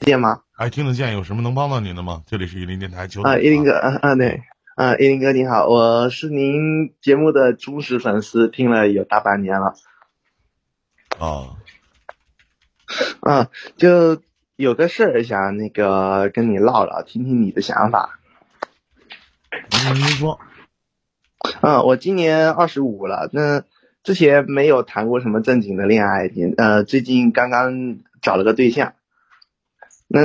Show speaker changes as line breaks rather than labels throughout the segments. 见吗？
哎，听得见，有什么能帮到您的吗？这里是一零电台九
啊，一林哥，啊啊对，啊一林哥你好，我是您节目的忠实粉丝，听了有大半年了，
啊，
啊就有个事儿想那个跟你唠唠，听听你的想法。
您您说，
嗯，我今年二十五了，那之前没有谈过什么正经的恋爱，呃，最近刚刚找了个对象。那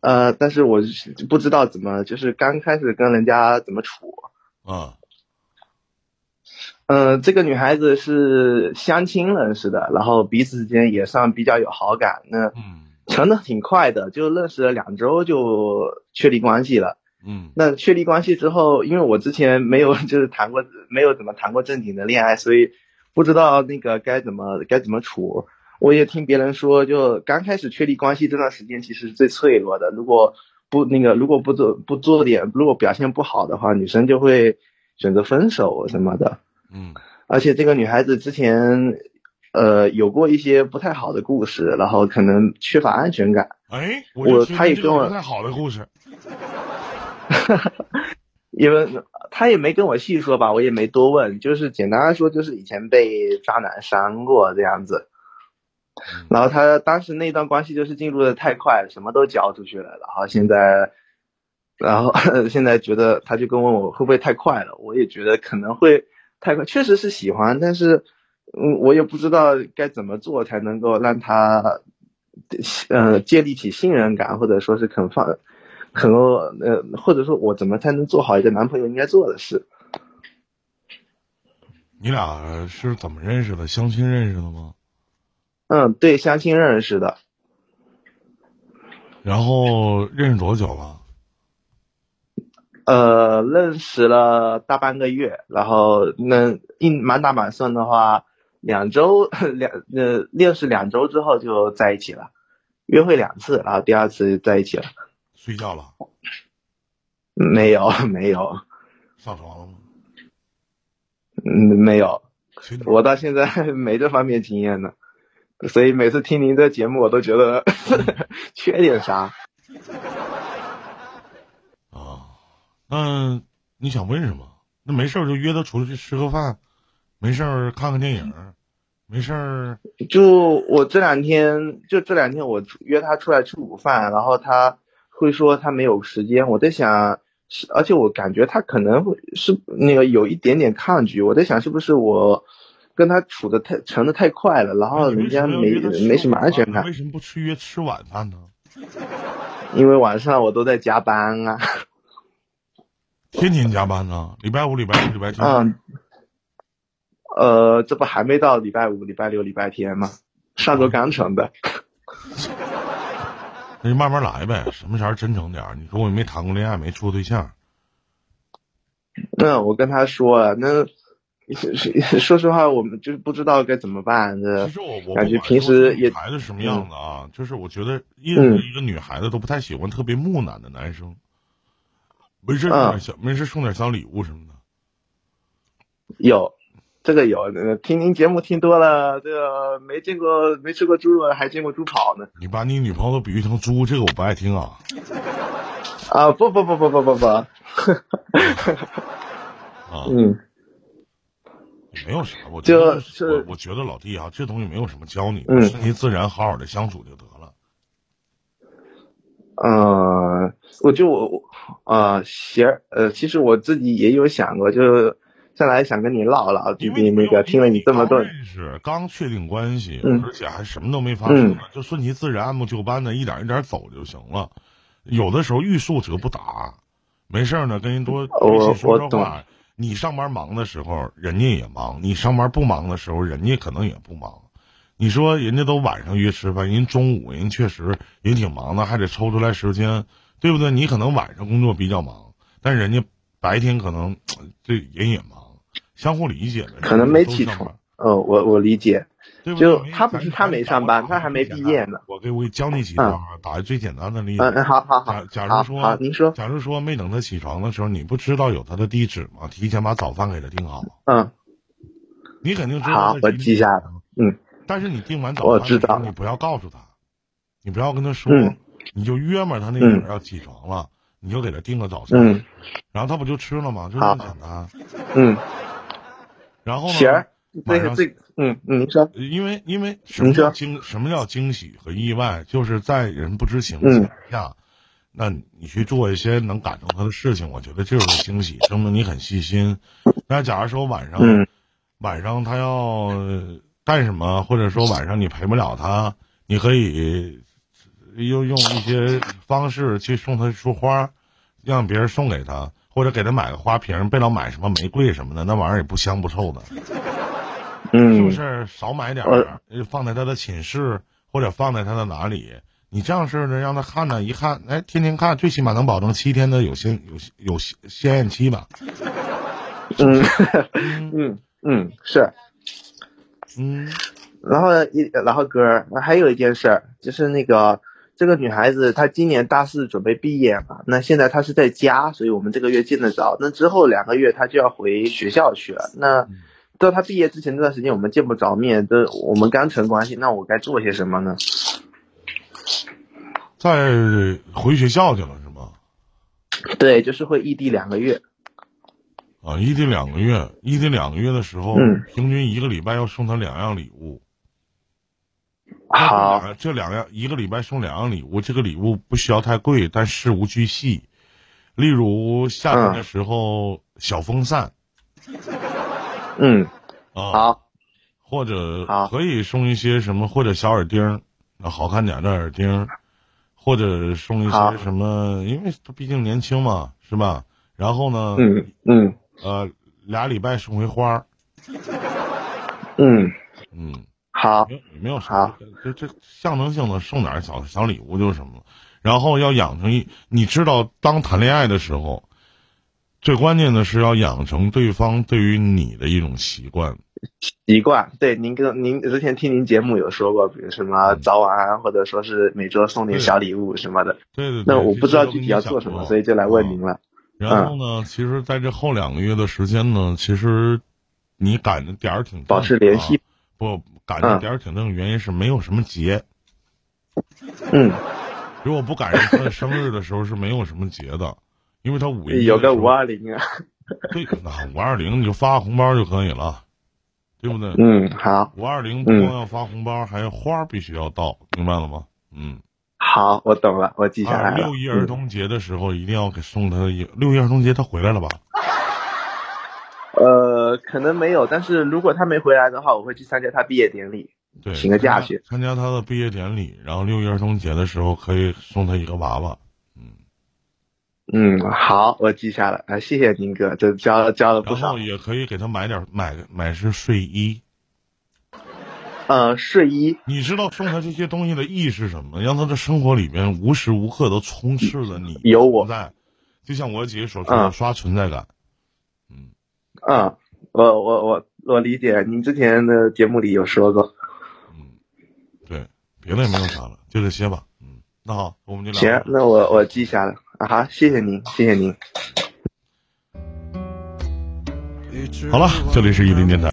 呃，但是我是不知道怎么，就是刚开始跟人家怎么处。
啊
嗯、这个女孩子是相亲认识的，然后彼此之间也算比较有好感。那
嗯
成的挺快的，就认识了两周就确立关系了。
嗯
那确立关系之后，因为我之前没有 就是谈过，没有怎么谈过正经的恋爱，所以不知道那个该怎么该怎么处。我也听别人说，就刚开始确立关系这段时间，其实是最脆弱的。如果不那个，如果不做不做点，如果表现不好的话，女生就会选择分手什么的。
嗯
而且这个女孩子之前，呃，有过一些不太好的故事，然后可能缺乏安全感。
哎，
我
就听
他也
这个
跟我
不太好的故事，
因为他也没跟我细说吧，我也没多问，就是简单来说，就是以前被渣男伤过这样子。然后他当时那段关系就是进入的太快，什么都交出去了，然后现在，然后 现在觉得他就跟问我会不会太快了，我也觉得可能会太快，确实是喜欢，但是，嗯，我也不知道该怎么做才能够让他，呃，建立起信任感，或者说是肯放，肯够呃，或者说我怎么才能做好一个男朋友应该做的事？
你俩是怎么认识的？相亲认识的吗？
嗯，对，相亲认识的，
然后认识多久了？
呃，认识了大半个月，然后那一满打满算的话，两周 两呃认识两周之后就在一起了，约会两次，然后第二次在一起了，
睡觉了？
没有 没有，
上床了吗？
嗯没有，
群里
我到现在 没这方面经验呢，所以每次听您的节目我都觉得 缺点啥。
啊，那你想问什么？那没事儿就约他出去吃个饭，没事儿看看电影儿，没事儿
就我这两天，就这两天我出约他出来吃午饭，然后他会说他没有时间。我在想，是而且我感觉他可能会是那个有一点点抗拒。我在想是不是我跟他处的太成的太快了，然后
你
啊人
为什
家
么要
没
约他吃
没什么
晚
安全
饭呢
感，
为什么不去约吃晚饭呢？
因为晚上我都在加班啊。
天天加班呢，礼拜五、礼拜六、礼拜天。
嗯，呃，这不还没到礼拜五、礼拜六、礼拜天吗？上周刚成的。
那就慢慢来呗，什么前儿真诚点儿。你说我也没谈过恋爱，没处过对象，
那我跟他说了，那是是 说实话，我们就是不知道该怎么办。这
其实我我不
感觉
管
平
说
时
这个
也
女孩子什么样子啊，就是我觉得一
嗯
一个女孩子都不太喜欢特别木讷的男生，没事送
嗯
点小、没事送点小礼物什么的。
有这个有，呃听您节目听多了，这个没见过没吃过猪肉，还见过猪跑呢。
你把你女朋友都比喻成猪，这个我不爱听啊。
啊，不不不不不不不，
啊，
嗯
没有啥，我觉得
就是
我我觉得老弟啊，这东西没有什么教你的，
嗯
顺其自然，好好的相处就得了。
呃，我就我我啊行呃，其实我自己也有想过，就上来想跟你唠唠，就
因为
比那
没有
个
因
听了
为
你这么
刚
多，
认识，刚确定关系，
嗯
而且还什么都没发生呢，就顺其自然，按部就班的，一点一点走就行了。有的时候欲速则不达，没事儿呢，跟人多
我
微信说说
我懂
话。你上班忙的时候，人家也忙；你上班不忙的时候，人家可能也不忙。你说人家都晚上约吃饭，人中午人确实也挺忙的，还得抽出来时间，对不对？你可能晚上工作比较忙，但人家白天可能这人也忙，相互理解呗。
可能没
都
起
上班
床，呃，我我理解，
对不对
就
没
他不是
咱
他
咱
没
打
上
个
班
打
他
个
还
最
没
简
毕
单
业
的
呢嗯
我给我教你几招啊，打最简单的例子。
嗯嗯，好好好
假假
好
如说
好，您说，
假如说没等他起床的时候，你不知道有他的地址吗？提前把早饭给他订好，
嗯
你肯定知
好
道他
我
几点
记下了
起床。
嗯，
但是你订完早
我
饭的
知
时候
道
你不要告诉他，你不要跟他说
嗯，
你就约嘛，他那会儿要起床了，你就给他订个早餐，
嗯
然后他不就吃了吗？就这
好
么简单。
嗯，
然后
喜
呢
儿，，
晚
这
上
个这个，嗯嗯，您说，
因为因为什
您
么叫
说
惊什么叫惊喜和意外，就是在人不知情
嗯
的情况下，那你去做一些能感动他的事情，我觉得这就是惊喜，证明你很细心。那假如说晚上、
嗯
晚上他要干什么，或者说晚上你陪不了他，你可以用用一些方式去送他一束花，让别人送给他，或者给他买个花瓶，别老买什么玫瑰什么的，那玩意儿也不香不臭的。是
嗯
不是少买点
呃
儿，呃放在他的寝室或者放在他的哪里？你这样式的让他看呢，一看，哎，天天看，最起码能保证七天的有鲜有有鲜艳期吧。
嗯
嗯
嗯嗯是，
嗯
然后一然后哥儿，还有一件事儿就是那个。这个女孩子她今年大四准备毕业嘛，那现在她是在家，所以我们这个月见得着。那之后两个月她就要回学校去了。那到她毕业之前这段时间，我们见不着面，这我们刚成关系，那我该做些什么呢？
再回学校去了是吗？
对，就是会异地两个月。
啊，异地两个月，异地两个月的时候，
嗯
平均一个礼拜要送他两样礼物。
好，
啊，这两样一个礼拜送两样礼物，这个礼物不需要太贵，但事无巨细。例如夏天的时候，小风扇
嗯，
啊，
好，
或者
好
可以送一些什么，或者小耳钉儿，啊，好看点儿的耳钉儿，或者送一
好
些什么，因为他毕竟年轻嘛，是吧？然后呢，
嗯嗯
呃，俩礼拜送回花儿，
嗯，
嗯，
好
没，有没有啥
好，
这这象征性的送点儿小小礼物就是什么，然后要养成一，你知道，当谈恋爱的时候，最关键的是要养成对方对于你的一种习惯，
习惯。对，您跟您之前听您节目有说过，比如什么
嗯
早晚安，或者说是每周送点
对
小礼物什么的。
对对对。
那我
这
不
些
知道
都
具
跟
体
你
要
讲
做什么，
过
所以就来问
嗯
您了。
然后呢，其实在这后两个月的时间呢，其实你赶的点儿挺正
保持联系
啊不赶的
嗯
点儿挺正，原因是没有什么节。
嗯，
如果不赶上他的生日的时候是没有什么节的，因为他五一
嗯有个五
五二，
二零啊。
对，五二零你就发红包就可以了，对不对？
嗯，好，
五二零
嗯
不光要发红包，还有花儿必须要到，明白了吗？嗯，
好，我懂了，我记下
啊，
来了。
六一儿
嗯
童节的时候一定要给送他一六一儿童节他回来了吧？
呃，可能没有，但是如果他没回来的话，我会去参加他毕业典礼。
对，
请个假
参加
去
参加他的毕业典礼，然后六一儿童节的时候可以送他一个娃娃，嗯，
嗯，好，我记下来啊，谢谢您哥，这教了教了呃不
然
少
后。也可以给他买点买买是睡衣。
呃，睡衣，
你知道送他这些东西的意义是什么？让他的生活里面无时无刻都充斥着你
有我
存在，就像我姐所说的
嗯
刷存在感，嗯，
嗯，我我我我理解，您之前的节目里有说过。
嗯对，别的也没有啥了，就这些吧，嗯，那好，我们就聊
行，那我我记下了。啊哈，谢谢您，谢谢您。
好
好了
了，
这
这
里
里
是
是一
一零
零
电
电
台
台。